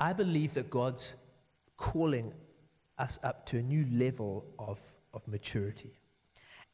I believe that God's calling us up to a new level of, of maturity.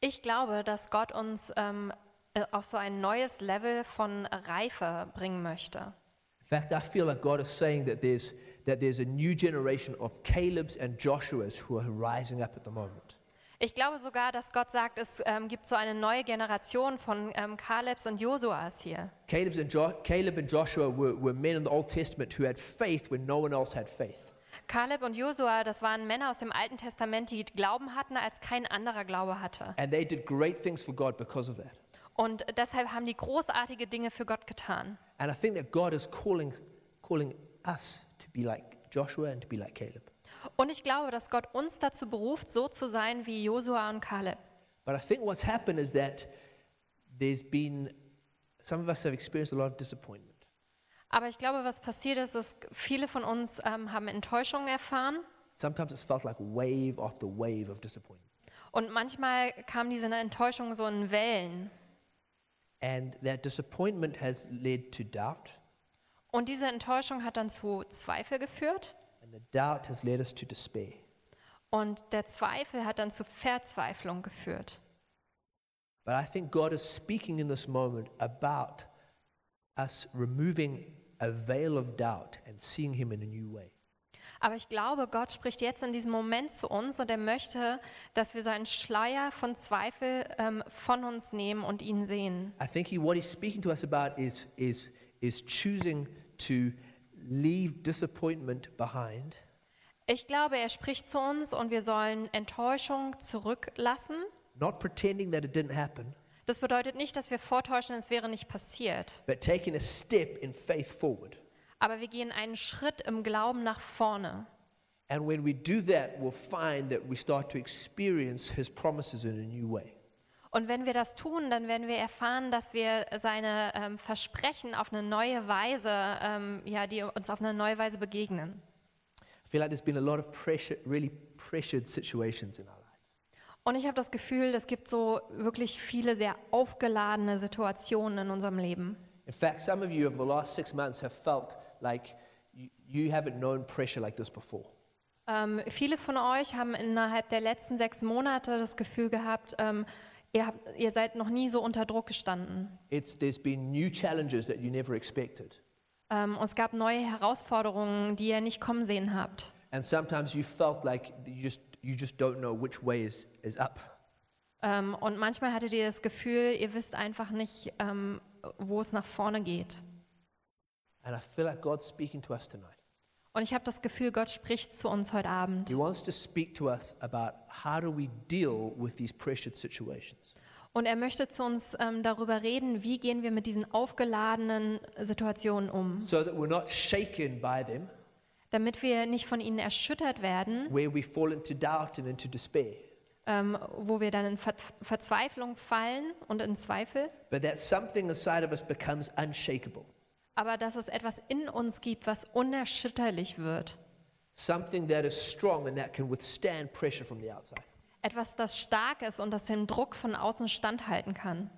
Ich glaube, dass Gott uns ähm, äh, auf so ein neues Level von Reife bringen möchte. In fact, I feel like God is saying that there's, that there's a new generation of Calebs and Joshuas who are rising up at the moment. Ich glaube sogar, dass Gott sagt, es ähm, gibt so eine neue Generation von ähm, Kalebs und Josuas hier. Caleb's and jo- Caleb and Joshua were, were men in the Old Testament who had faith when no one else had faith. Kaleb und Josua, das waren Männer aus dem Alten Testament, die Glauben hatten, als kein anderer Glaube hatte. And they did great things for God because of that. Und deshalb haben die großartige Dinge für Gott getan. And I think that God is calling, calling us to be like Joshua and to be like Caleb. Und ich glaube, dass Gott uns dazu beruft, so zu sein wie Josua und Kaleb. But I think what's happened is that there's been, some of us have experienced a lot of disappointment. Aber ich glaube, was passiert ist, ist, viele von uns ähm, haben Enttäuschungen erfahren. Sometimes it's felt like wave after wave of disappointment. Und manchmal kam diese Enttäuschung so in Wellen. And that disappointment has led to doubt, Und diese Enttäuschung hat dann zu Zweifel geführt. and the doubt has led us to despair. Und der Zweifel hat dann zu Verzweiflung geführt. But I think God is speaking in this moment about us removing a veil of doubt and seeing Him in a new way. Aber ich glaube, Gott spricht jetzt in diesem Moment zu uns und er möchte, dass wir so einen Schleier von Zweifel ähm, von uns nehmen und ihn sehen. I think he, what He's speaking to us about is, is, is choosing to leave disappointment behind Ich glaube, er spricht zu uns und wir sollen Enttäuschung zurücklassen. not pretending that it didn't happen, Das bedeutet nicht, dass wir vortäuschen, es wäre nicht passiert. but taking a step in faith forward. Aber wir gehen einen Schritt im Glauben nach vorne. And when we do that, we'll find that we start to experience His promises in a new way. Und wenn wir das tun, dann werden wir erfahren, dass wir seine ähm, Versprechen auf eine neue Weise, ähm, ja, die uns auf eine neue Weise begegnen. I feel like there's been a lot of pressure, really pressured situations in our lives. Und ich habe das Gefühl, es gibt so wirklich viele sehr aufgeladene Situationen in unserem Leben. In fact, some of you over the last six months have felt like you, you haven't known pressure like this before. Ähm, viele von euch haben innerhalb der letzten sechs Monate das Gefühl gehabt, ähm, ihr, habt, ihr seid noch nie so unter Druck gestanden. It's, there's been new challenges that you never expected. Ähm, und es gab neue Herausforderungen, die ihr nicht kommen sehen habt. And sometimes you felt like you just, you just don't know which way is, is up. Ähm, und manchmal hattet ihr das Gefühl, ihr wisst einfach nicht, ähm, wo es nach vorne geht. And I feel like God's speaking to us tonight. Und ich habe das Gefühl, Gott spricht zu uns heute Abend. He wants to speak to us about how do we deal with these pressured situations. Und er möchte zu uns ähm, darüber reden, wie gehen wir mit diesen aufgeladenen Situationen um, so that we're not shaken by them, damit wir nicht von ihnen erschüttert werden, where we fall into doubt and into despair, ähm, wo wir dann in Ver Verzweiflung fallen und in Zweifel, but that something inside of us becomes unshakable, aber dass es etwas in uns gibt, was unerschütterlich wird. something that is strong and that can withstand pressure from the outside. Etwas, das stark ist und das dem Druck von außen standhalten kann.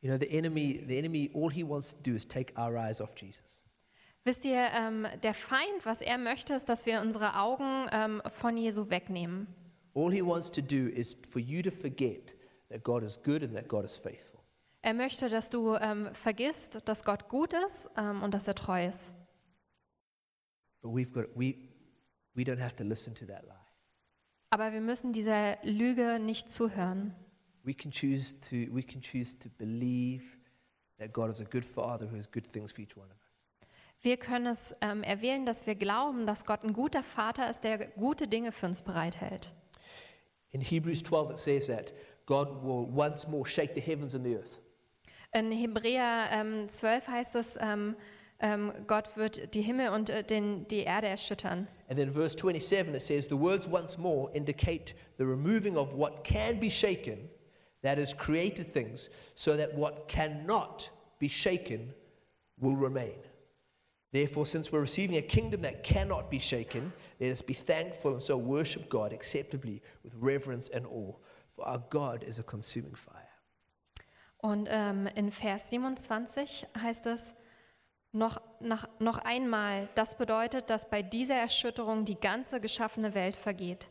You know, the enemy, the enemy, all he wants to do is take our eyes off Jesus. Wisst ihr, ähm, der Feind, was er möchte, ist, dass wir unsere Augen ähm, von Jesu wegnehmen. All he wants to do is for you to forget that God is good and that God is faithful. Er möchte, dass du ähm, vergisst, dass Gott gut ist ähm, und dass er treu ist. But we've got, we, we don't have to listen to that lie. Aber wir müssen dieser Lüge nicht zuhören. We can choose to, we can choose to believe that God is a good father who has good things for each one of us. Wir können es ähm, erwählen, dass wir glauben, dass Gott ein guter Vater ist, der gute Dinge für uns bereithält. In Hebrews 12, it says that God will once more shake the heavens and the earth. In Hebräer ähm, 12 heißt es, ähm, ähm, Gott wird die Himmel und äh, den, die Erde erschüttern. And then verse 27, it says, The words once more indicate the removing of what can be shaken, that is, created things, so that what cannot be shaken will remain. Therefore, since we're receiving a kingdom that cannot be shaken, let us be thankful and so worship God acceptably with reverence and awe, for our God is a consuming fire. Und ähm, in Vers 27 heißt es, noch nach, noch einmal, das bedeutet, dass bei dieser Erschütterung die ganze geschaffene Welt vergeht.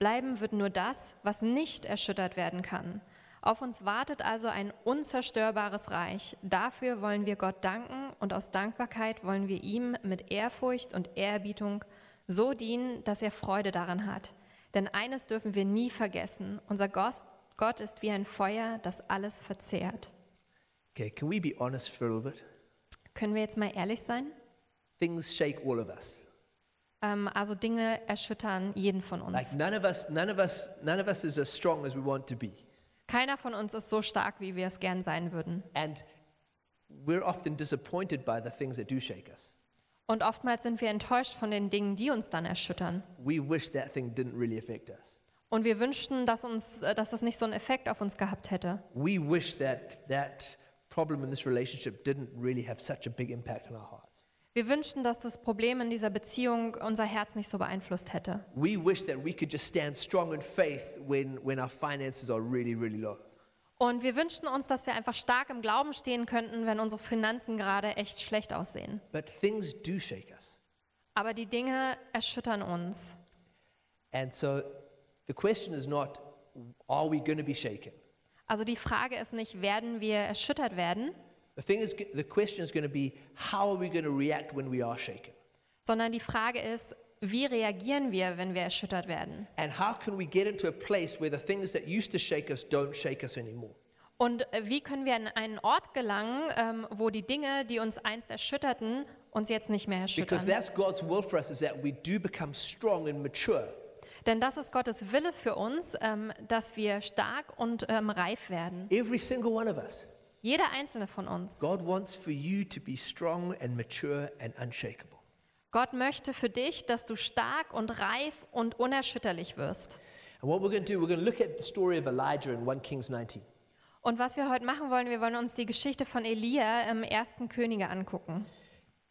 Bleiben wird nur das, was nicht erschüttert werden kann. Auf uns wartet also ein unzerstörbares Reich. Dafür wollen wir Gott danken und aus Dankbarkeit wollen wir ihm mit Ehrfurcht und Ehrerbietung so dienen, dass er Freude daran hat. Denn eines dürfen wir nie vergessen, unser Gott Gott ist wie ein Feuer, das alles verzehrt. Okay, can we be honest for a little bit? Können wir jetzt mal ehrlich sein? Things shake all of us. Ähm, also Dinge erschüttern jeden von Like uns. none of us, none of us, none of us is as strong as we want to be. Keiner von uns ist so stark, wie wir es gern sein würden. And we're often disappointed by the things that do shake us. Und oftmals sind wir enttäuscht von den Dingen, die uns dann erschüttern. We wish that thing didn't really affect us. Und wir wünschten, dass, uns, äh, dass das nicht so einen Effekt auf uns gehabt hätte. We wish that that problem in this relationship didn't really have such a big impact on our hearts. Wir wünschten, dass das Problem in dieser Beziehung unser Herz nicht so beeinflusst hätte. We wish that we could just stand strong in faith when, when our finances are really, really low. Und wir wünschten uns, dass wir einfach stark im Glauben stehen könnten, wenn unsere Finanzen gerade echt schlecht aussehen. But things do shake us. Aber die Dinge erschüttern uns. And so the question is not, are we going to be shaken? Also die Frage ist nicht, werden wir erschüttert werden, The, thing is, the question is going to be, how are we going to react when we are shaken? sondern die Frage ist, wie reagieren wir, wenn wir erschüttert werden? And how can we get into a place where the things that used to shake us don't shake us anymore? Und äh, wie können wir an einen Ort gelangen, ähm, wo die Dinge, die uns einst erschütterten, uns jetzt nicht mehr Because erschüttern? that's God's will for us is that we do become strong and mature. Denn das ist Gottes Wille für uns, ähm, dass wir stark und ähm, reif werden. Every single one of us. Jeder einzelne von uns. God wants for you to be strong and mature and unshakable. Gott möchte für dich, dass du stark und reif und unerschütterlich wirst. And what we're going to do, we're going to look at the story of Elijah in 1 Kings 19. Und was wir heute machen wollen, wir wollen uns die Geschichte von Elia im ersten Könige angucken.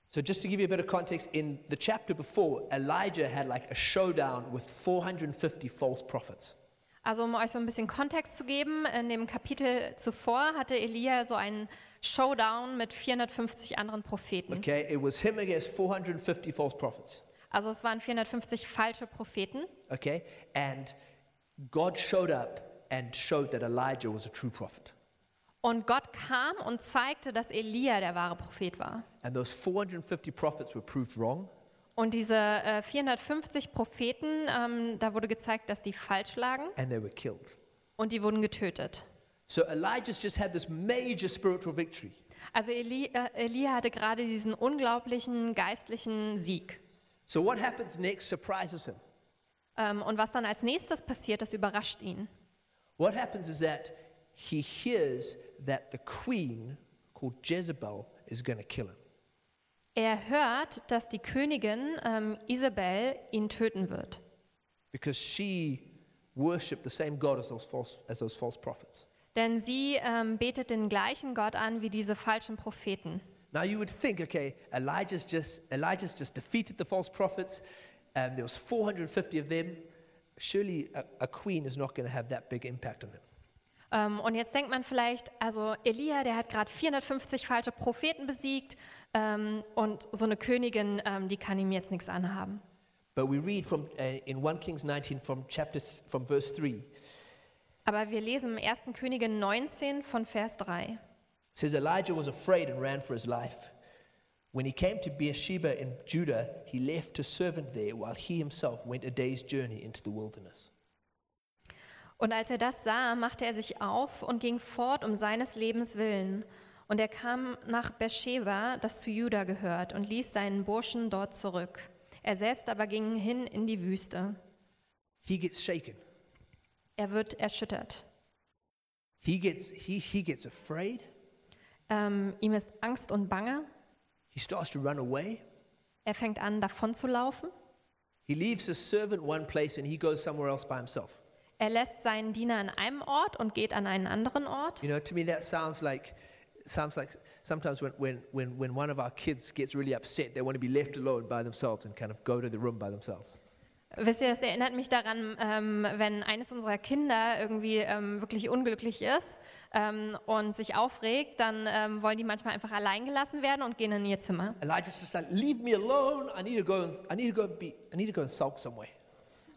So just to give you a bit of context, in the chapter before, Elijah had like a showdown with 450 false prophets. Also um euch so ein bisschen Kontext zu geben, in dem Kapitel zuvor hatte Elia so einen Showdown mit 450 anderen Propheten. Okay, it was him against 450 false prophets. Also es waren 450 falsche Propheten Okay, and God showed up and showed that Elijah was a true prophet. und Gott kam und zeigte, dass Elia der wahre Prophet war. And those 450 prophets were proved wrong. Und diese äh, 450 Propheten, ähm, da wurde gezeigt, dass die falsch lagen and they were killed. und die wurden getötet. So Elijah's just had this major spiritual victory. Also Eli, äh, Elia hatte gerade diesen unglaublichen geistlichen Sieg. So what happens next surprises him. Ähm, und was dann als nächstes passiert, das überrascht ihn. What happens is that he hears that the queen called Jezebel is going to kill him. Er hört, dass die Königin ähm, Isabel ihn töten wird, because she worshipped the same God as those false, as those false prophets. denn sie ähm, betet den gleichen Gott an wie diese falschen Propheten. Now you would think, okay, Elijah's just Elijah's just defeated the false prophets, and there was 450 of them. Surely a, a queen is not going to have that big impact on him. Ähm, und jetzt denkt man vielleicht, also Elia, der hat gerade 450 falsche Propheten besiegt ähm, und so eine Königin, ähm, die kann ihm jetzt nichts anhaben. But we read from uh, in 1 Kings 19 from chapter th- from verse 3 it Aber wir lesen im 1. Könige 19 von Vers 3. says Elijah was afraid and ran for his life. When he came to Beersheba in Judah, he left his servant there while he himself went a day's journey into the wilderness. Und als er das sah, machte er sich auf und ging fort um seines Lebens willen. Und er kam nach Beersheba, das zu Juda gehört, und ließ seinen Burschen dort zurück. Er selbst aber ging hin in die Wüste. He gets shaken. Er wird erschüttert. He gets he, he gets afraid. Ähm, ihm ist Angst und Bange. He starts to run away. Er fängt an, davon zu laufen. He leaves his servant one place and he goes somewhere else by himself. Er lässt seinen Diener an einem Ort und geht an einen anderen Ort. You know, to me that sounds like sounds like sometimes when, when, when, when one of our kids gets really upset, they want to be left alone by themselves and kind of go to the room by themselves. Wisst ihr, das erinnert mich daran, ähm, wenn eines unserer Kinder irgendwie ähm, wirklich unglücklich ist ähm, und sich aufregt, dann ähm, wollen die manchmal einfach allein gelassen werden und gehen in ihr Zimmer. Elijah's just like, leave me alone. I need to go and I need to go and be I need to go and sulk somewhere.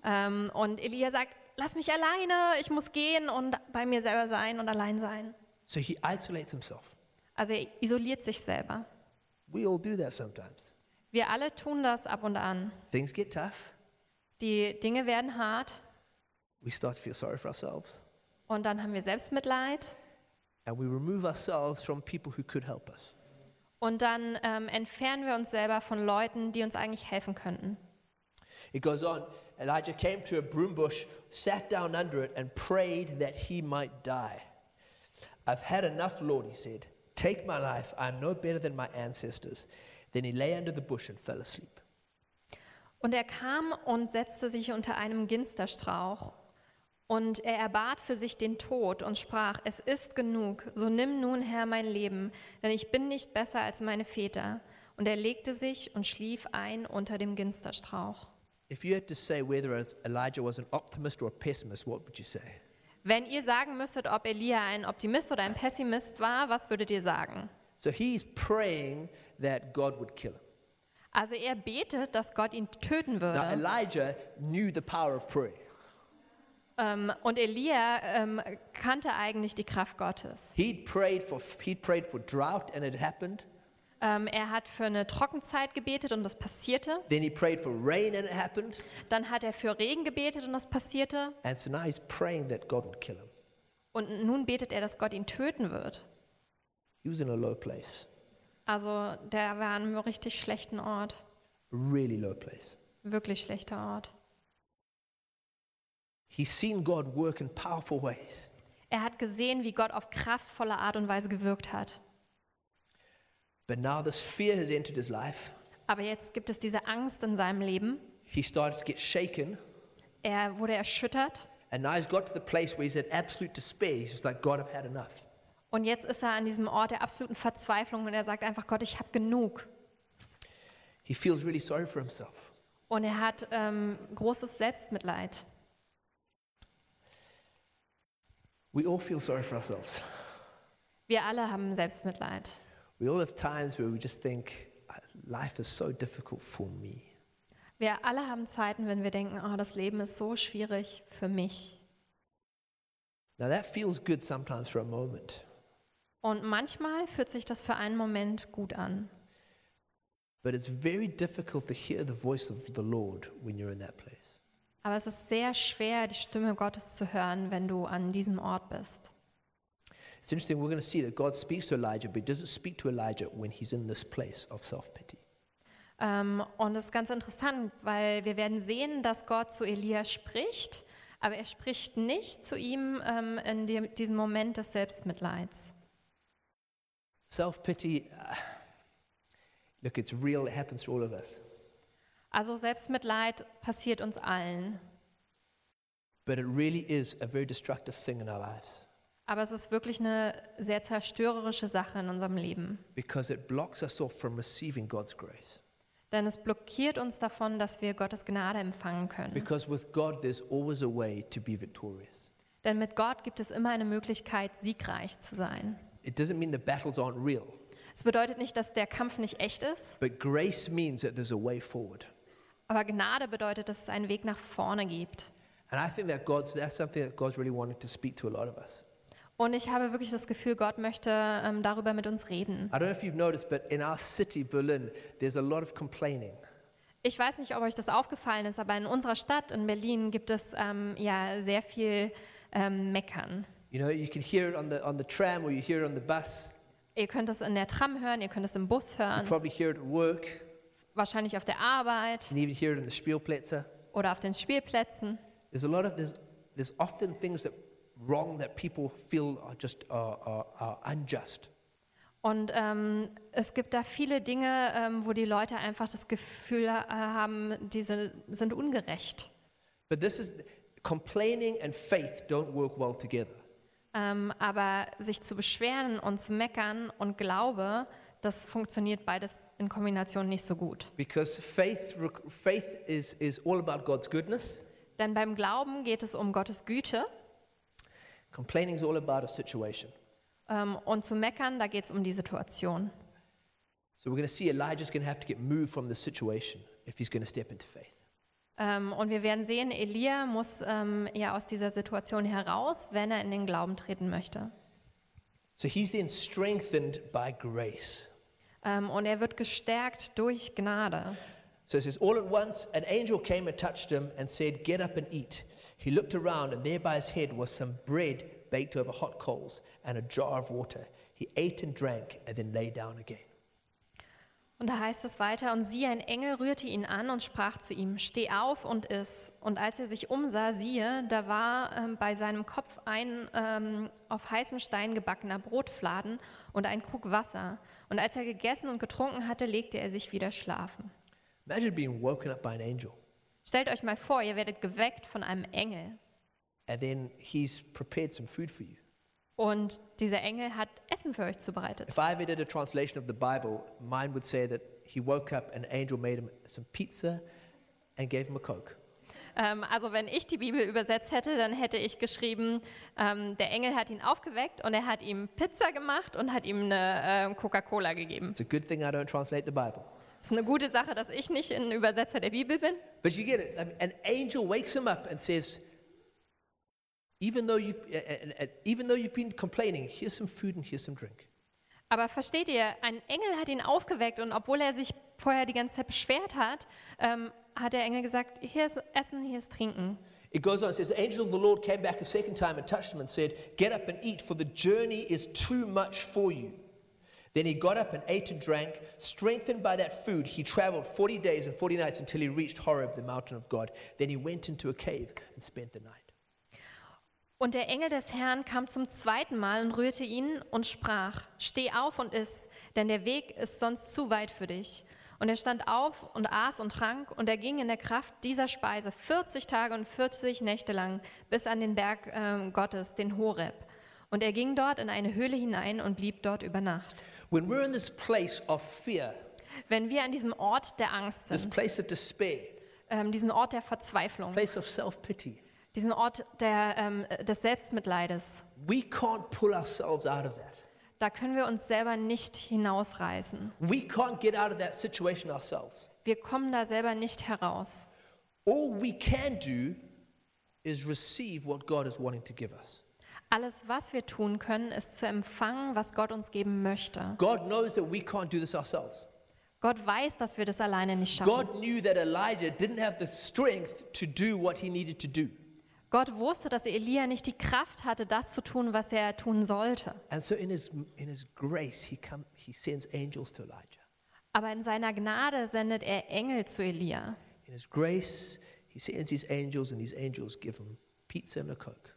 Ähm, und Elia sagt, lass mich alleine, ich muss gehen und bei mir selber sein und allein sein. So he isolates himself. Also er isoliert sich selber. We all do that sometimes. Wir alle tun das ab und an. Things get tough. Die Dinge werden hart We start to feel sorry for ourselves. und dann haben wir Selbstmitleid And we remove ourselves from people who could help us. und dann ähm, entfernen wir uns selber von Leuten, die uns eigentlich helfen könnten. It goes on. Elijah came to a broom bush, sat down under it, and prayed that he might die. I've had enough, Lord, he said. Take my life. I'm no better than my ancestors. Then he lay under the bush and fell asleep. Und er kam und setzte sich unter einem Ginsterstrauch. Und er erbat für sich den Tod und sprach, es ist genug, so nimm nun Herr mein Leben, denn ich bin nicht besser als meine Väter. Und er legte sich und schlief ein unter dem Ginsterstrauch. If you had to say whether Elijah was an optimist or a pessimist, what would you say? Wenn ihr sagen müsstet, ob Elia ein Optimist oder ein Pessimist war, was würdet ihr sagen? So he's praying that God would kill him. Also er betet, dass Gott ihn töten Now, würde. Elijah knew the power of prayer. Ähm, und Elia ähm, kannte eigentlich die Kraft Gottes. He'd prayed for, he'd prayed for drought and it happened. Ähm, er hat für eine Trockenzeit gebetet und das passierte. Then he prayed for rain and it happened. Dann hat er für Regen gebetet und das passierte. And so now he's praying that God would kill him. Und nun betet er, dass Gott ihn töten wird. He was in a low place, Also der war an einem richtig schlechten Ort. a really low place. Wirklich schlechter Ort. He's seen God work in powerful ways. Er hat gesehen, wie Gott auf kraftvolle Art und Weise gewirkt hat. But now this fear has entered his life. Aber jetzt gibt es diese Angst in seinem Leben. He started to get shaken. Er wurde erschüttert And now he's got to the place where he's at absolute despair. He's just like, God, I've had enough. und jetzt ist er an diesem Ort der absoluten Verzweiflung und er sagt einfach, Gott, ich habe genug. He feels really sorry for himself. Und er hat ähm, großes Selbstmitleid. We all feel sorry for ourselves. Wir alle haben Selbstmitleid. We all have times where we just think, "Ah, life is so difficult for me. Wir alle haben Zeiten, wenn wir denken, oh, das Leben ist so schwierig für mich. Now that feels good sometimes for a moment, Und manchmal fühlt sich das für einen Moment gut an. but it's very difficult to hear the voice of the Lord when you're in that place. Aber es ist sehr schwer, die Stimme Gottes zu hören, wenn du an diesem Ort bist. It's interesting, we're going to see that God speaks to Elijah, but he doesn't speak to Elijah when he's in this place of self pity. Ähm, und das ist ganz interessant, weil wir werden sehen, dass Gott zu Elia spricht, aber er spricht nicht zu ihm ähm, in dem, diesem Moment des Selbstmitleids. Self pity, uh, look, it's real, it happens to all of us, Also Selbstmitleid passiert uns allen, but it really is a very destructive thing in our lives aber es ist wirklich eine sehr zerstörerische Sache in unserem Leben, because it blocks us off from receiving God's grace. denn es blockiert uns davon, dass wir Gottes Gnade empfangen können. Because with God, there's always a way to be victorious. Denn mit Gott gibt es immer eine Möglichkeit, siegreich zu sein. It doesn't mean the battles aren't real, Es bedeutet nicht, dass der Kampf nicht echt ist, but grace means that there's a way forward. aber Gnade bedeutet, dass es einen Weg nach vorne gibt. And I think that God's, that's something that God's really wanting to speak to a lot of us. Und ich habe wirklich das Gefühl, Gott möchte ähm, darüber mit uns reden. I don't know if you've noticed, but in our city, Berlin, there's a lot of complaining. Ich weiß nicht, ob euch das aufgefallen ist, aber in unserer Stadt, in Berlin, gibt es ähm, ja sehr viel ähm, Meckern. You know, you can hear it on the, on the tram or you hear it on the bus. Ihr könnt es in der Tram hören, ihr könnt es im Bus You hören, probably hear it at work. wahrscheinlich auf der Arbeit You can even hear it on the Spielplätze. oder auf den Spielplätzen. There's a lot of, there's, there's often things that wrong that people feel are just are, are, are unjust. Und ähm, es gibt da viele Dinge, ähm, wo die Leute einfach das Gefühl äh, haben, die sind, sind ungerecht. But this is, complaining and faith don't work well together. Ähm, aber sich zu beschweren und zu meckern und Glaube das funktioniert beides in Kombination nicht so gut. Because faith, rec- faith is, is all about God's goodness, Denn beim Glauben geht es um Gottes Güte complaining is all about a situation. ähm, und zu meckern, da geht es um die Situation. So we're going to see Elijah's going to have to get moved from the situation if he's going to step into faith. Ähm, und wir werden sehen, Elia muss ähm, ja aus dieser Situation heraus, wenn er in den Glauben treten möchte. So he's then strengthened by grace. Ähm, und er wird gestärkt durch Gnade. So it says, All at once an angel came and touched him and said, Get up and eat. He looked around, and there by his head was some bread baked over hot coals and a jar of water. He ate and drank and then lay down again. Und da heißt es weiter, und siehe, ein Engel rührte ihn an und sprach zu ihm, steh auf und iss. Und als er sich umsah, siehe, da war ähm, bei seinem Kopf ein ähm, auf heißem Stein gebackener Brotfladen und ein Krug Wasser. Und als er gegessen und getrunken hatte, legte er sich wieder schlafen. Imagine being woken up by an angel, Stellt euch mal vor, ihr werdet geweckt von einem Engel. and then he's prepared some food for you. Und dieser Engel hat Essen für euch zubereitet. If I ever did a translation of the Bible, mine would say that he woke up, an angel made him some pizza and gave him a Coke. Ähm, also wenn ich die Bibel übersetzt hätte, dann hätte ich geschrieben, ähm, der Engel hat ihn aufgeweckt und er hat ihm Pizza gemacht und hat ihm eine ähm, Coca-Cola gegeben. It's a good thing I don't translate the Bible. Es ist eine gute Sache, dass ich nicht ein Übersetzer der Bibel bin. But you get it. I mean, An angel wakes him up and says, even though, you've, uh, uh, uh, even though you've been complaining, here's some food and here's some drink. Aber versteht ihr, ein Engel hat ihn aufgeweckt und obwohl er sich vorher die ganze Zeit beschwert hat, ähm, hat der Engel gesagt, hier ist Essen, hier ist Trinken. It goes on, it says, The angel of the Lord came back a second time and touched him and said, Get up and eat, for the journey is too much for you. Then he got up and ate and drank. Strengthened by that food, he traveled 40 days and 40 nights until he reached Horeb, the mountain of God. Then he went into a cave and spent the night. Und der Engel des Herrn kam zum zweiten Mal und rührte ihn und sprach, Steh auf und iss, denn der Weg ist sonst zu weit für dich. Und er stand auf und aß und trank, und er ging in der Kraft dieser Speise 40 Tage und 40 Nächte lang bis an den Berg ähm, Gottes, den Horeb. Und er ging dort in eine Höhle hinein und blieb dort über Nacht. When we're in this place of fear, Wenn wir an diesem Ort der Angst this sind, place of despair, ähm, diesen Ort der Verzweiflung, place of self pity, diesen Ort der, ähm, des Selbstmitleides, we can't pull ourselves out of that. da können wir uns selber nicht hinausreißen. We can't get out of that situation ourselves. Wir kommen da selber nicht heraus. All we can do is receive what God is wanting to give us. Alles, was wir tun können, ist zu empfangen, was Gott uns geben möchte. God knows that we can't do this ourselves. Gott weiß, dass wir das alleine nicht schaffen. God knew that Elijah didn't have the strength to do what he needed to do. Gott wusste, dass Elia nicht die Kraft hatte, das zu tun, was er tun sollte. And so in his in his grace he come he sends angels to Elijah. Aber in seiner Gnade sendet er Engel zu Elia. In his grace he sends these angels and these angels give him pizza and a coke.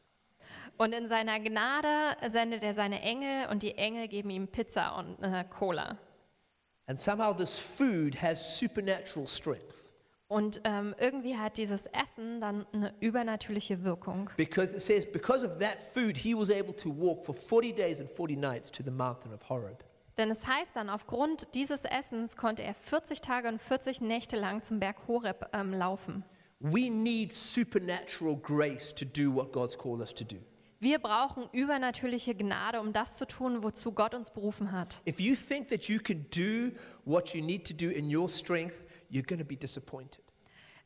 Und in seiner Gnade sendet er seine Engel und die Engel geben ihm Pizza und äh, Cola. And somehow this food has supernatural strength Und ähm, irgendwie hat dieses Essen dann eine übernatürliche Wirkung. because it says because of that food he was able to walk for 40 days and 40 nights to the mountain of Horeb. Denn es heißt dann, aufgrund dieses Essens konnte er 40 Tage und 40 Nächte lang zum Berg Horeb ähm, laufen. We need supernatural grace to do what God's called us to do. Wir brauchen übernatürliche Gnade, um das zu tun, wozu Gott uns berufen hat. If you think that you can do what you need to do in your strength, you're going to be disappointed.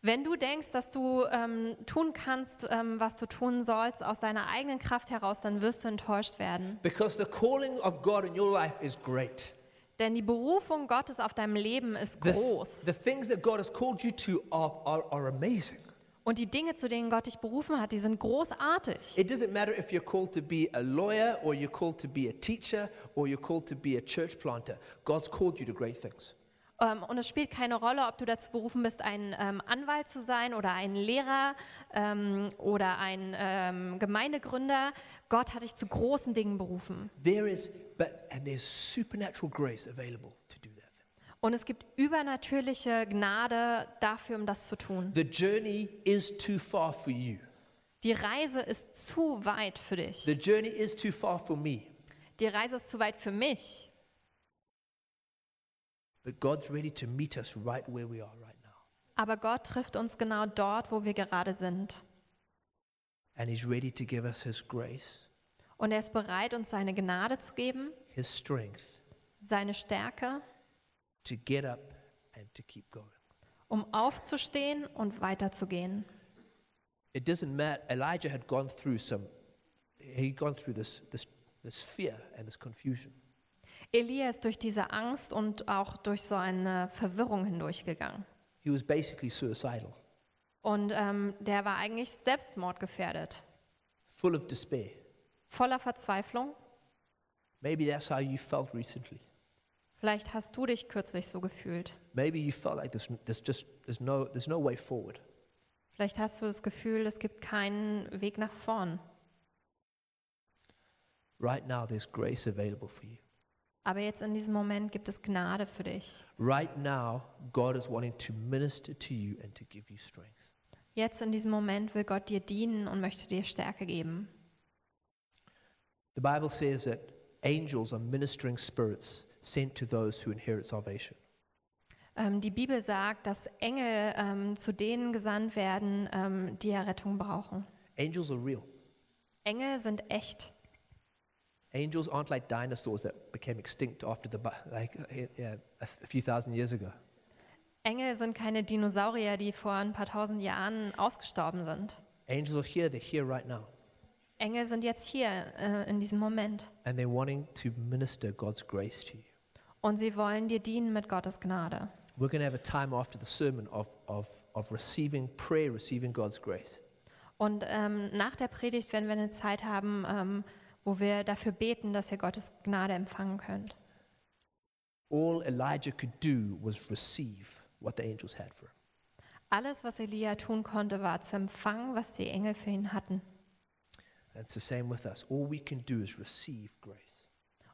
Wenn du denkst, dass du ähm, tun kannst, ähm, was du tun sollst, aus deiner eigenen Kraft heraus, dann wirst du enttäuscht werden. Because the calling of God in your life is great. Denn die Berufung Gottes auf deinem Leben ist The, groß. the things that God has called you to are, are, are amazing. Und die Dinge, zu denen Gott dich berufen hat, die sind großartig. It doesn't matter if you're called to be a lawyer or you're called to be a teacher or you're called to be a church planter. God's called you to great things. Ähm, und es spielt keine Rolle, ob du dazu berufen bist, ein ähm, Anwalt zu sein oder ein Lehrer ähm, oder ein ähm, Gemeindegründer. Gott hat dich zu großen Dingen berufen. There is, but, and there's supernatural grace available to do that. thing. Und es gibt übernatürliche Gnade dafür, um das zu tun. The journey is too far for you. Die Reise ist zu weit für dich. The journey is too far for me. Die Reise ist zu weit für mich. But God's ready to meet us right where we are right now. Aber Gott trifft uns genau dort, wo wir gerade sind. And He's ready to give us His grace, Und er ist bereit, uns seine Gnade zu geben, His strength seine Stärke, to get up and to keep going. um aufzustehen und weiterzugehen. It doesn't matter. Elijah had gone through some, he'd gone through this, this, this fear and this confusion. Elia ist durch diese Angst und auch durch so eine Verwirrung hindurchgegangen. He was basically suicidal, Und ähm, der war eigentlich selbstmordgefährdet, full of despair. voller Verzweiflung. Maybe that's how you felt recently. Vielleicht hast du dich kürzlich so gefühlt. Maybe you felt like there's, there's just there's no, there's no way forward. Vielleicht hast du das Gefühl, es gibt keinen Weg nach vorn. Right now, there's grace available for you. Aber jetzt in diesem Moment gibt es Gnade für dich. Right now, God is wanting to minister to you and to give you strength. Jetzt in diesem Moment will Gott dir dienen und möchte dir Stärke geben. The Bible says that angels are ministering spirits sent to those who inherit salvation. Ähm, die Bibel sagt, dass Engel ähm, zu denen gesandt werden, ähm, die Errettung brauchen. Angels are real. Engel sind echt. Angels aren't like dinosaurs that became extinct after the bu- like uh, yeah, a f- a few thousand years ago. Engel sind keine Dinosaurier, die vor ein paar tausend Jahren ausgestorben sind. Angels are here. They're here right now, Engel sind jetzt hier äh, in diesem Moment and they're wanting to minister God's grace to you. und sie wollen dir dienen mit Gottes Gnade. We're going to have a time after the sermon of, of, of receiving prayer, receiving God's grace. Und ähm, nach der Predigt werden wir eine Zeit haben, ähm, wo wir dafür beten, dass ihr Gottes Gnade empfangen könnt. All Elijah could do was receive what the angels had for him. Alles, was Elia tun konnte, war zu empfangen, was die Engel für ihn hatten. And it's the same with us. All we can do is receive grace.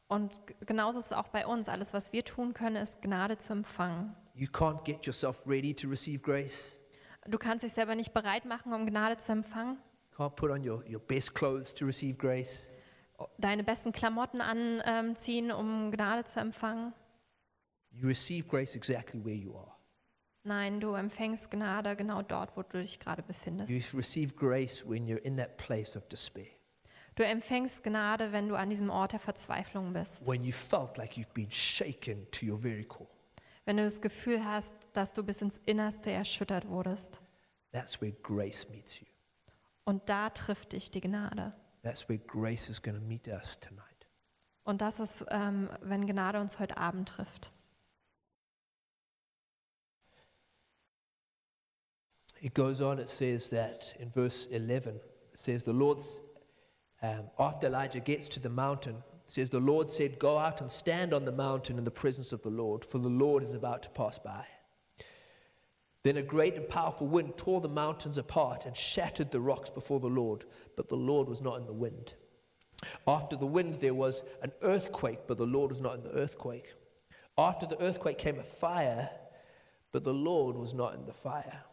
Und g- genauso ist es auch bei uns. Alles, was wir tun können, ist Gnade zu empfangen. You can't get yourself ready to receive grace. Du kannst dich selber nicht bereit machen, um Gnade zu empfangen. Can't put on your, your best clothes to receive grace. Deine besten Klamotten anziehen, um Gnade zu empfangen. You receive grace exactly where you are. Nein, du empfängst Gnade genau dort, wo du dich gerade befindest. You receive grace when you're in that place of despair, Du empfängst Gnade, wenn du an diesem Ort der Verzweiflung bist. when you felt like you've been shaken to your very core. Wenn du das Gefühl hast, dass du bis ins Innerste erschüttert wurdest. That's where grace meets you. Und da trifft dich die Gnade. That's where grace is going to meet us tonight. Und das ist, ähm, wenn Gnade uns heute Abend trifft. It goes on, it says that in verse 11, it says, The Lord's, um, after Elijah gets to the mountain, it says, The Lord said, Go out and stand on the mountain in the presence of the Lord, for the Lord is about to pass by. Then a great and powerful wind tore the mountains apart and shattered the rocks before the Lord, but the Lord was not in the wind. After the wind, there was an earthquake, but the Lord was not in the earthquake. After the earthquake came a fire, but the Lord was not in the fire.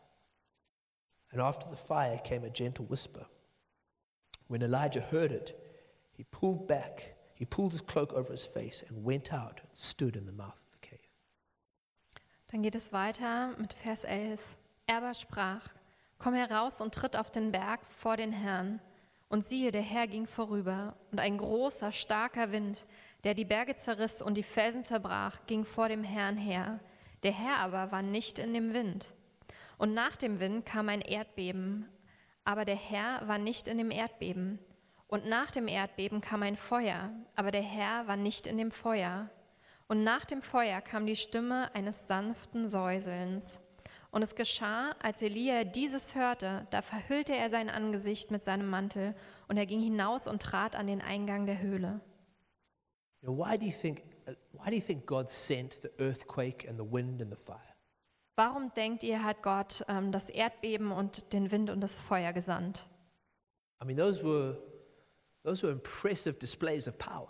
And after the fire came a gentle whisper. When Elijah heard it, he pulled back, he pulled his cloak over his face and went out and stood in the mouth of the cave. Dann geht es weiter mit Vers 11. Er aber sprach, komm heraus und tritt auf den Berg vor den Herrn. Und siehe, der Herr ging vorüber, und ein großer, starker Wind, der die Berge zerriss und die Felsen zerbrach, ging vor dem Herrn her. Der Herr aber war nicht in dem Wind. Und nach dem Wind kam ein Erdbeben, aber der Herr war nicht in dem Erdbeben. Und nach dem Erdbeben kam ein Feuer, aber der Herr war nicht in dem Feuer. Und nach dem Feuer kam die Stimme eines sanften Säuselns. Und es geschah, als Elia dieses hörte, da verhüllte er sein Angesicht mit seinem Mantel und er ging hinaus und trat an den Eingang der Höhle. You know, why do you think uh, why do you think God sent the earthquake and the wind and the fire? Warum denkt ihr, hat Gott ähm, das Erdbeben und den Wind und das Feuer gesandt? I mean those were those were impressive displays of power.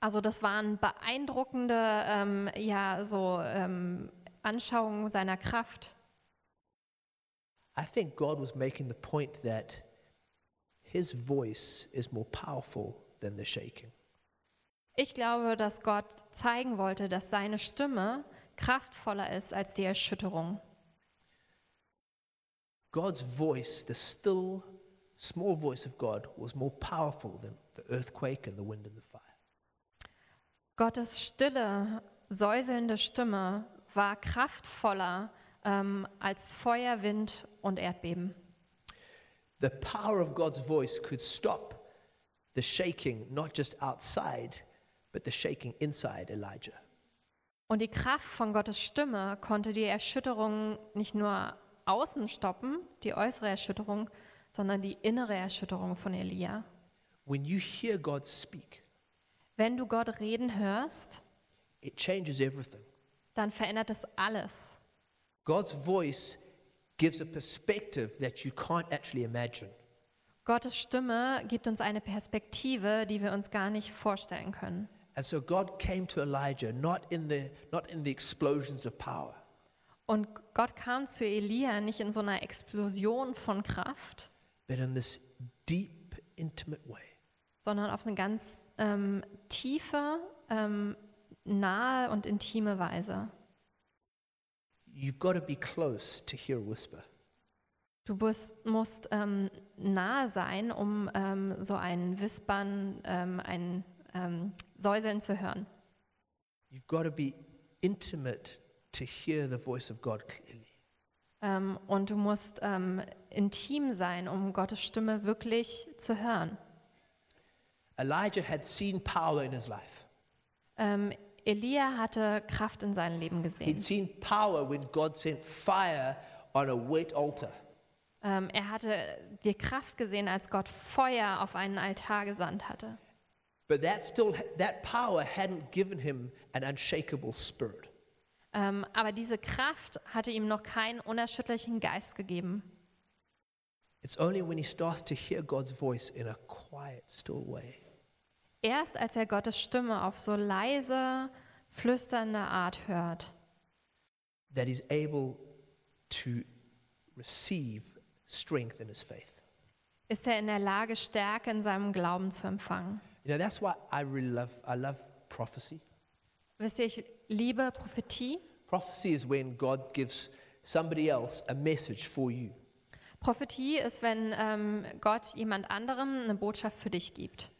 Also das waren beeindruckende ähm, ja, so, ähm, Anschauungen seiner Kraft. I think God was making the point that his voice is more powerful than the shaking. Ich glaube, dass Gott zeigen wollte, dass seine Stimme kraftvoller ist als die Erschütterung. God's voice, the still small voice of God, was more powerful than the earthquake and the wind and the fire. Gottes stille, säuselnde Stimme war kraftvoller ähm, als Feuer, Wind und Erdbeben. The power of God's voice could stop the shaking, not just outside, but the shaking inside Elijah. Und die Kraft von Gottes Stimme konnte die Erschütterung nicht nur außen stoppen, die äußere Erschütterung, sondern die innere Erschütterung von Elia. When you hear God speak, Wenn du Gott reden hörst, it changes everything. dann verändert es alles. God's voice gives a perspective that you can't actually imagine. Gottes Stimme gibt uns eine Perspektive, die wir uns gar nicht vorstellen können. And so God came to Elijah not in the, not in the explosions of power, Und Gott kam zu Elia nicht in so einer Explosion von Kraft, but in this deep, intimate way. sondern auf eine ganz ähm, tiefe, ähm, nahe und intime Weise. You've got to be close to hear a whisper. Du bist, musst ähm, nah sein, um ähm, so ein Wispern, ähm, ein ähm, Säuseln zu hören. You've got to be intimate to hear the voice of God clearly. Ähm, und du musst ähm, intim sein, um Gottes Stimme wirklich zu hören. Elijah had seen power in his life. Ähm, Elia hatte Kraft in seinem Leben gesehen. He'd seen power when God sent fire on a wet altar. Ähm, er hatte die Kraft gesehen, als Gott Feuer auf einen Altar gesandt hatte. But that still that power hadn't given him an unshakable spirit. Ähm, aber diese Kraft hatte ihm noch keinen unerschütterlichen Geist gegeben. It's only when he starts to hear God's voice in a quiet, still way Erst als er Gottes Stimme auf so leise, flüsternde Art hört, that he's able to receive strength in his faith. ist er in der Lage, Stärke in seinem Glauben zu empfangen. You know, that's why I really love I love prophecy. Wisst ihr, ich liebe Prophetie. Prophecy is when God gives somebody else a message for you. Prophetie ist, wenn ähm, Gott jemand anderem eine Botschaft für dich gibt.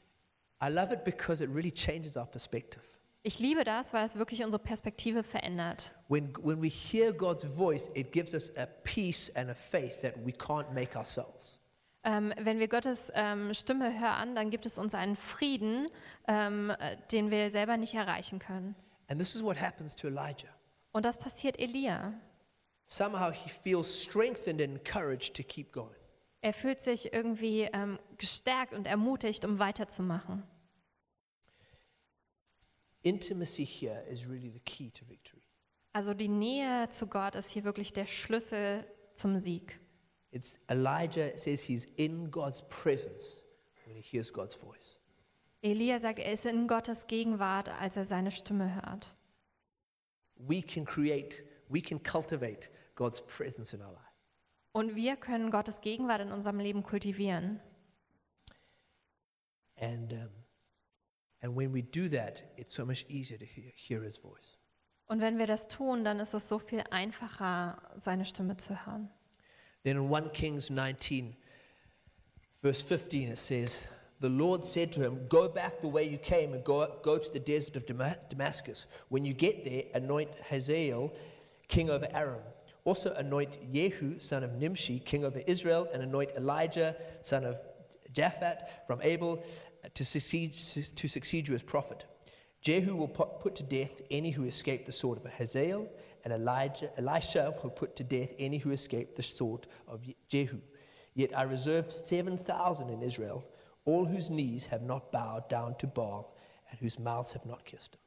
I love it because it really changes our perspective. Ich liebe das, weil es wirklich unsere Perspektive verändert. When, when we hear God's voice, it gives us a peace and a faith that we can't make ourselves. Ähm, wenn wir Gottes ähm, Stimme hören, dann gibt es uns einen Frieden, ähm, äh, den wir selber nicht erreichen können. And this is what happens to Elijah. Und das passiert Elia. Somehow he feels strengthened and encouraged to keep going. Er fühlt sich irgendwie ähm, gestärkt und ermutigt, um weiterzumachen. Intimacy here is really the key to victory. Also die Nähe zu Gott ist hier wirklich der Schlüssel zum Sieg. It's Elijah says he's in God's presence when he hears God's voice. Elia sagt, er ist in Gottes Gegenwart, als er seine Stimme hört. We can create, we can cultivate God's presence in our life. Und wir können Gottes Gegenwart in unserem Leben kultivieren. And, um, and when we do that, it's so much easier to hear, hear his voice. Und wenn wir das tun, dann ist es so viel einfacher, seine Stimme zu hören. Then in 1 Kings 19, verse 15, it says, The Lord said to him, Go back the way you came and go, go to the desert of Dama- Damascus. When you get there, anoint Hazael, king over Aram. Also anoint Jehu, son of Nimshi, king over Israel, and anoint Elijah, son of Japhat from Abel, to succeed, to succeed you as prophet. Jehu will pu- put to death any who escape the sword of Hazael, and Elijah, Elisha will put to death any who escape the sword of Ye- Jehu. Yet I reserve 7,000 in Israel, all whose knees have not bowed down to Baal and whose mouths have not kissed him.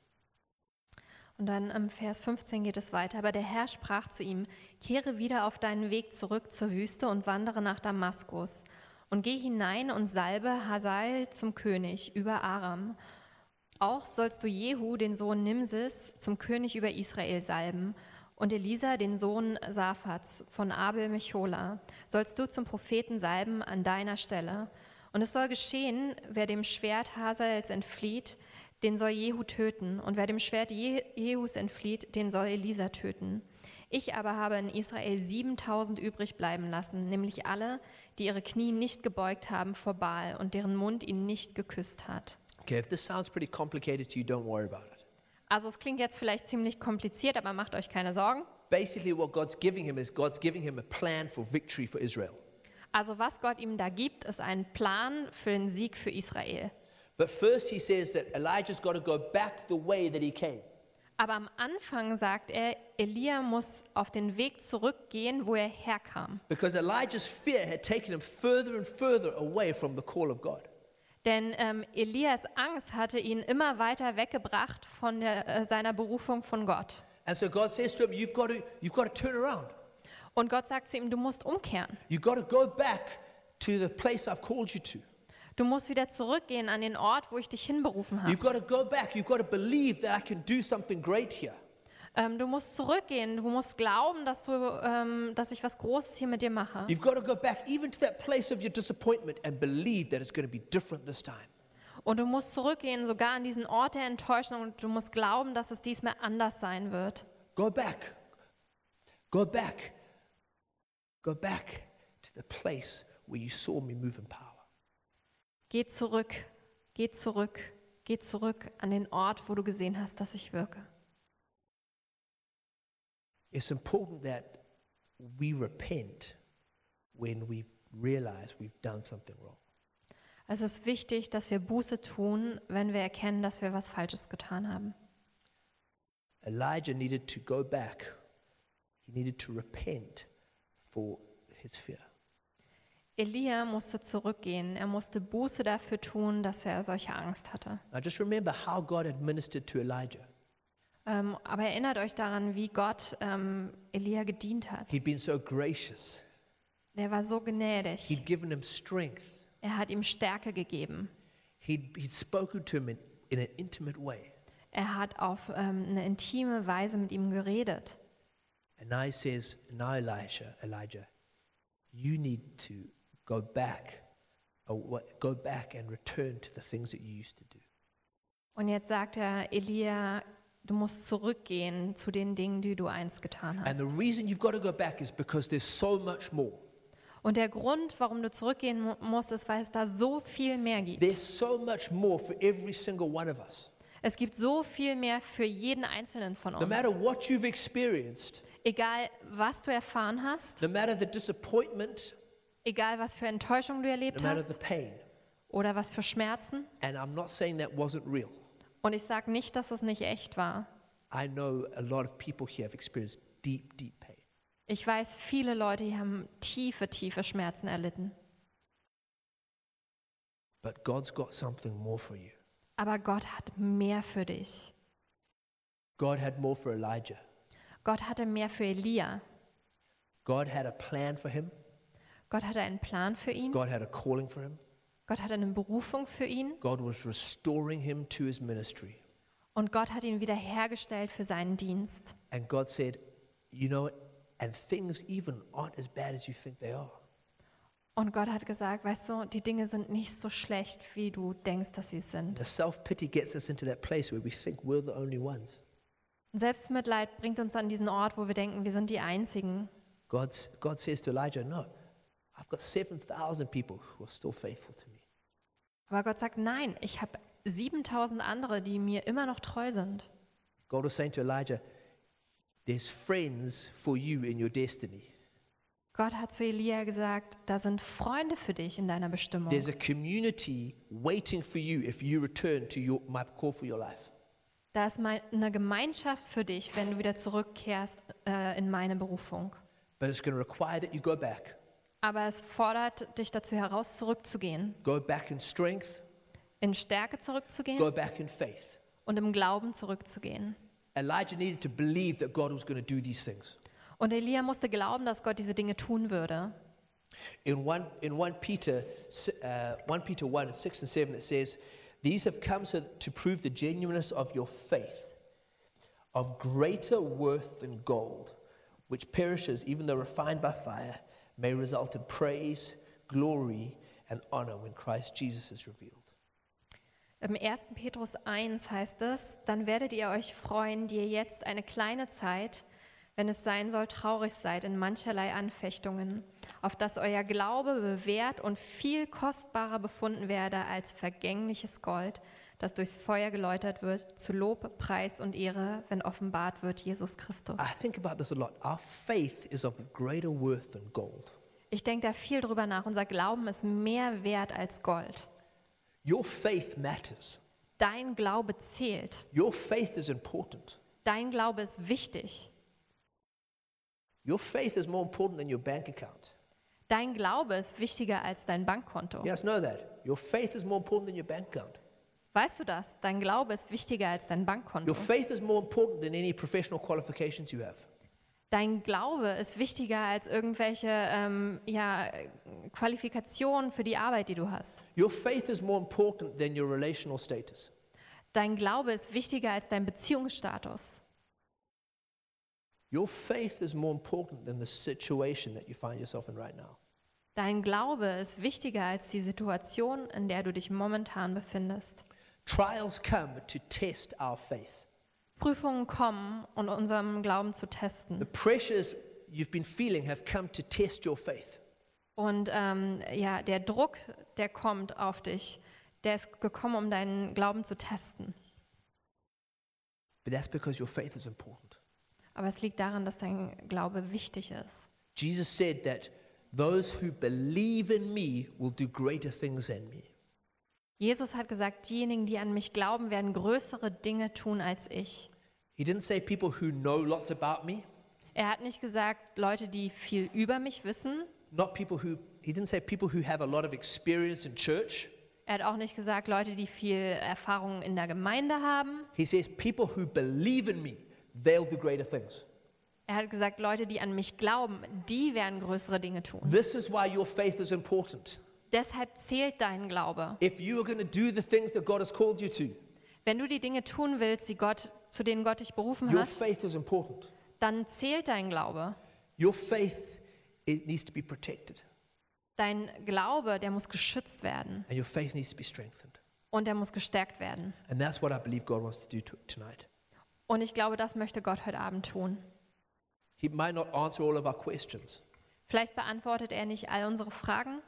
Und dann im Vers 15 geht es weiter. Aber der Herr sprach zu ihm, kehre wieder auf deinen Weg zurück zur Wüste und wandere nach Damaskus. Und geh hinein und salbe Hazael zum König über Aram. Auch sollst du Jehu, den Sohn Nimsis, zum König über Israel salben. Und Elisa, den Sohn Safats von Abel Mechola, sollst du zum Propheten salben an deiner Stelle. Und es soll geschehen, wer dem Schwert Hasaels entflieht, den soll Jehu töten, und wer dem Schwert Je Jehus entflieht, den soll Elisa töten. Ich aber habe in Israel 7000 übrig bleiben lassen, nämlich alle, die ihre Knie nicht gebeugt haben vor Baal und deren Mund ihn nicht geküsst hat. Okay, if this sounds pretty complicated to you, don't worry about it. Also es klingt jetzt vielleicht ziemlich kompliziert, aber macht euch keine Sorgen. Basically, what God's giving him is God's giving him a plan for victory for Israel. Also was Gott ihm da gibt, ist ein Plan für den Sieg für Israel. But first, he says that Elijah's got to go back the way that he came. Aber am Anfang sagt er, Elia muss auf den Weg zurückgehen, wo er herkam. Because Elijah's fear had taken him further and further away from the call of God. Denn ähm, Elias Angst hatte ihn immer weiter weggebracht von der, äh, seiner Berufung von Gott. And so God says to him, You've got to, you've got to turn around. Und Gott sagt zu ihm, du musst umkehren. You've got to go back to the place I've called you to. Du musst wieder zurückgehen an den Ort, wo ich dich hinberufen habe. You've got to go back. You've got to believe that I can do something great here. Ähm, du musst zurückgehen, du musst glauben, dass, du, ähm, dass ich was Großes hier mit dir mache. You've got to go back even to that place of your disappointment and believe that it's going to be different this time. Und du musst zurückgehen, sogar an diesen Ort der Enttäuschung. Und du musst glauben, dass es diesmal anders sein wird. Go back. Go back. Go back to the place where you saw me move in power. Geh zurück, geh zurück, geh zurück an den Ort, wo du gesehen hast, dass ich wirke. It's important that we repent when we realize we've done something wrong. Es ist wichtig, dass wir Buße tun, wenn wir erkennen, dass wir was Falsches getan haben. Elijah needed to go back. He needed to repent for his fear. Elia musste zurückgehen. Er musste Buße dafür tun, dass er solche Angst hatte. Now just remember how God administered to Elijah. Ähm, aber erinnert euch daran, wie Gott ähm, Elia gedient hat. He'd been so gracious. Er war so gnädig. He'd given him strength. Er hat ihm Stärke gegeben. He'd, he'd spoken to him in, in an intimate way. Er hat auf ähm, eine intime Weise mit ihm geredet. And now he says, now Elisha, Elijah, you need to go back, or what, go back and return to the things that you used to do. Und jetzt sagt er, Elia, du musst zurückgehen zu den Dingen, die du einst getan And hast. the reason you've got to go back is because there's so much more. Und der Grund, warum du zurückgehen mu- musst, ist, weil es da so viel mehr gibt. There's so much more for every single one of us. Es gibt so viel mehr für jeden Einzelnen von No matter uns. what you've experienced, Egal, was du erfahren hast, no matter the disappointment, egal, was für Enttäuschung du no erlebt matter the hast pain. oder was für Schmerzen. And I'm not saying that wasn't real. Und ich sage nicht, dass es nicht echt war. I know a lot of people here have experienced deep, deep pain. Ich weiß, viele Leute hier haben tiefe, tiefe Schmerzen erlitten. But God's got something more for you. Aber Gott hat mehr für dich. God had more for Elijah. Gott hatte mehr für Elia. God had a plan for him. Gott hatte einen Plan für ihn. God had a calling for him. Gott hatte eine Berufung für ihn. God was restoring him to his ministry. Und Gott hat ihn wiederhergestellt für seinen Dienst. And God said, You know what? And things even aren't as bad as you think they are. Und Gott hat gesagt, weißt du, die Dinge sind nicht so schlecht, wie du denkst, dass sie sind. The self pity gets us into that place where we think we're the only ones. Und Selbstmitleid bringt uns an diesen Ort, wo wir denken, wir sind die Einzigen. God's, God says to Elijah, No, I've got 7,000 people who are still faithful to me. Aber Gott sagt, nein, ich habe 7000 andere, die mir immer noch treu sind. God was saying to Elijah, There's friends for you in your destiny. Gott hat zu Elia gesagt, da sind Freunde für dich in deiner Bestimmung. There's a community waiting for you if you return to your, my call for your life. Da ist mein- eine Gemeinschaft für dich, wenn du wieder zurückkehrst äh, in meine Berufung. But it's going to require that you go back. Aber es fordert dich dazu heraus, zurückzugehen, Go back in strength, in Stärke zurückzugehen go back in faith. und im Glauben zurückzugehen. Elijah needed to believe that God was going to do these things. Und Elia musste glauben, dass Gott diese Dinge tun würde. In 1, in 1 Peter si- uh, 1 Peter 1 6 and 7 it says, "These have come so to prove the genuineness of your faith, of greater worth than gold, which perishes even though refined by fire, may result in praise, glory, and honor when Christ Jesus is revealed." Im 1. Petrus 1 heißt es, dann werdet ihr euch freuen, die ihr jetzt eine kleine Zeit, wenn es sein soll, traurig seid in mancherlei Anfechtungen, auf dass euer Glaube bewährt und viel kostbarer befunden werde als vergängliches Gold, das durchs Feuer geläutert wird, zu Lob, Preis und Ehre, wenn offenbart wird Jesus Christus. I think about this a lot. Our faith is of greater worth than gold. Ich denke da viel drüber nach. Unser Glauben ist mehr wert als Gold. Your faith matters. Dein Glaube zählt. Your faith is important. Dein Glaube ist wichtig. Your faith is more important than your bank account. Dein Glaube ist wichtiger als dein Bankkonto. Yes, know that. Your faith is more important than your bank account. Weißt du das? Dein Glaube ist wichtiger als dein Bankkonto. Your faith is more important than any professional qualifications you have. Dein Glaube ist wichtiger als irgendwelche ähm, ja, Qualifikationen für die Arbeit, die du hast. Your faith is more important than your relational status. Dein Glaube ist wichtiger als dein Beziehungsstatus. Your faith is more important than the situation that you find yourself in right now. Dein Glaube ist wichtiger als die Situation, in der du dich momentan befindest. Trials come to test our faith. Prüfungen kommen, um unseren Glauben zu testen. The pressures you've been feeling have come to test your faith. Und ähm, ja, der Druck, der kommt auf dich, der ist gekommen, um deinen Glauben zu testen. But that's because your faith is important. Aber es liegt daran, dass dein Glaube wichtig ist. Jesus said that those who believe in me will do greater things than me. Jesus hat gesagt, diejenigen, die an mich glauben, werden größere Dinge tun als ich. He didn't say people who know lots about me, Er hat nicht gesagt, Leute, die viel über mich wissen. not people who he didn't say people who have a lot of experience in church. Er hat auch nicht gesagt, Leute, die viel Erfahrung in der Gemeinde haben. He says people who believe in me, they'll do greater things. Er hat gesagt, Leute, die an mich glauben, die werden größere Dinge tun. This is why your faith is important. Deshalb zählt dein Glaube. If you are going to do the things that God has called you to, Wenn du die Dinge tun willst, die Gott, zu denen Gott dich berufen your hat, faith is important. dann zählt dein Glaube. Your faith it needs to be protected Dein Glaube, der muss geschützt werden and your faith needs to be strengthened. und der muss gestärkt werden. And that's what I believe God wants to do to, tonight. Und ich glaube, das möchte Gott heute Abend tun. He might not answer all of our questions, Vielleicht beantwortet er nicht all unsere Fragen,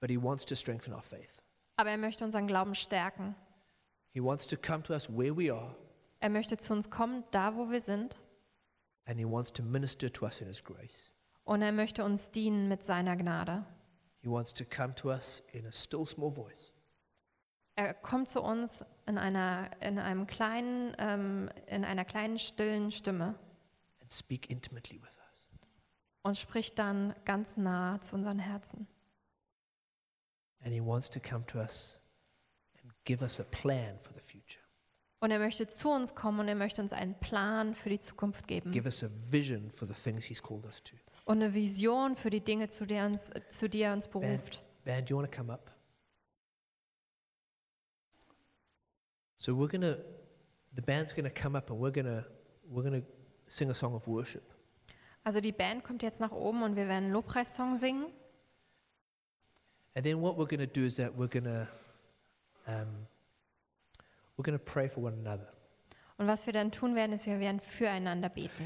but he wants to strengthen our faith. aber er möchte unseren Glauben stärken. He wants to come to us where we are Er möchte zu uns kommen, da wo wir sind, and he wants to minister to us in his grace. und er möchte uns dienen mit seiner Gnade. He wants to come to us in a still small voice. Er kommt zu uns in einer, in einem kleinen, ähm, in einer kleinen stillen Stimme and speak intimately with us. und spricht dann ganz nah zu unseren Herzen. And He wants to come to us and give us a plan for the future, Und er möchte zu uns kommen und er möchte uns einen Plan für die Zukunft geben give us a vision for the things He's called us to. und eine Vision für die Dinge, zu der, uns, zu der er uns beruft. Man, do you want to come up? So we're gonna, the band's gonna come up and we're gonna, we're gonna sing a song of worship. Also die Band kommt jetzt nach oben und wir werden einen Lobpreissong singen. And then what we're gonna do is that we're gonna, um, we're gonna pray for one another. Und was wir dann tun werden, ist, wir werden füreinander beten.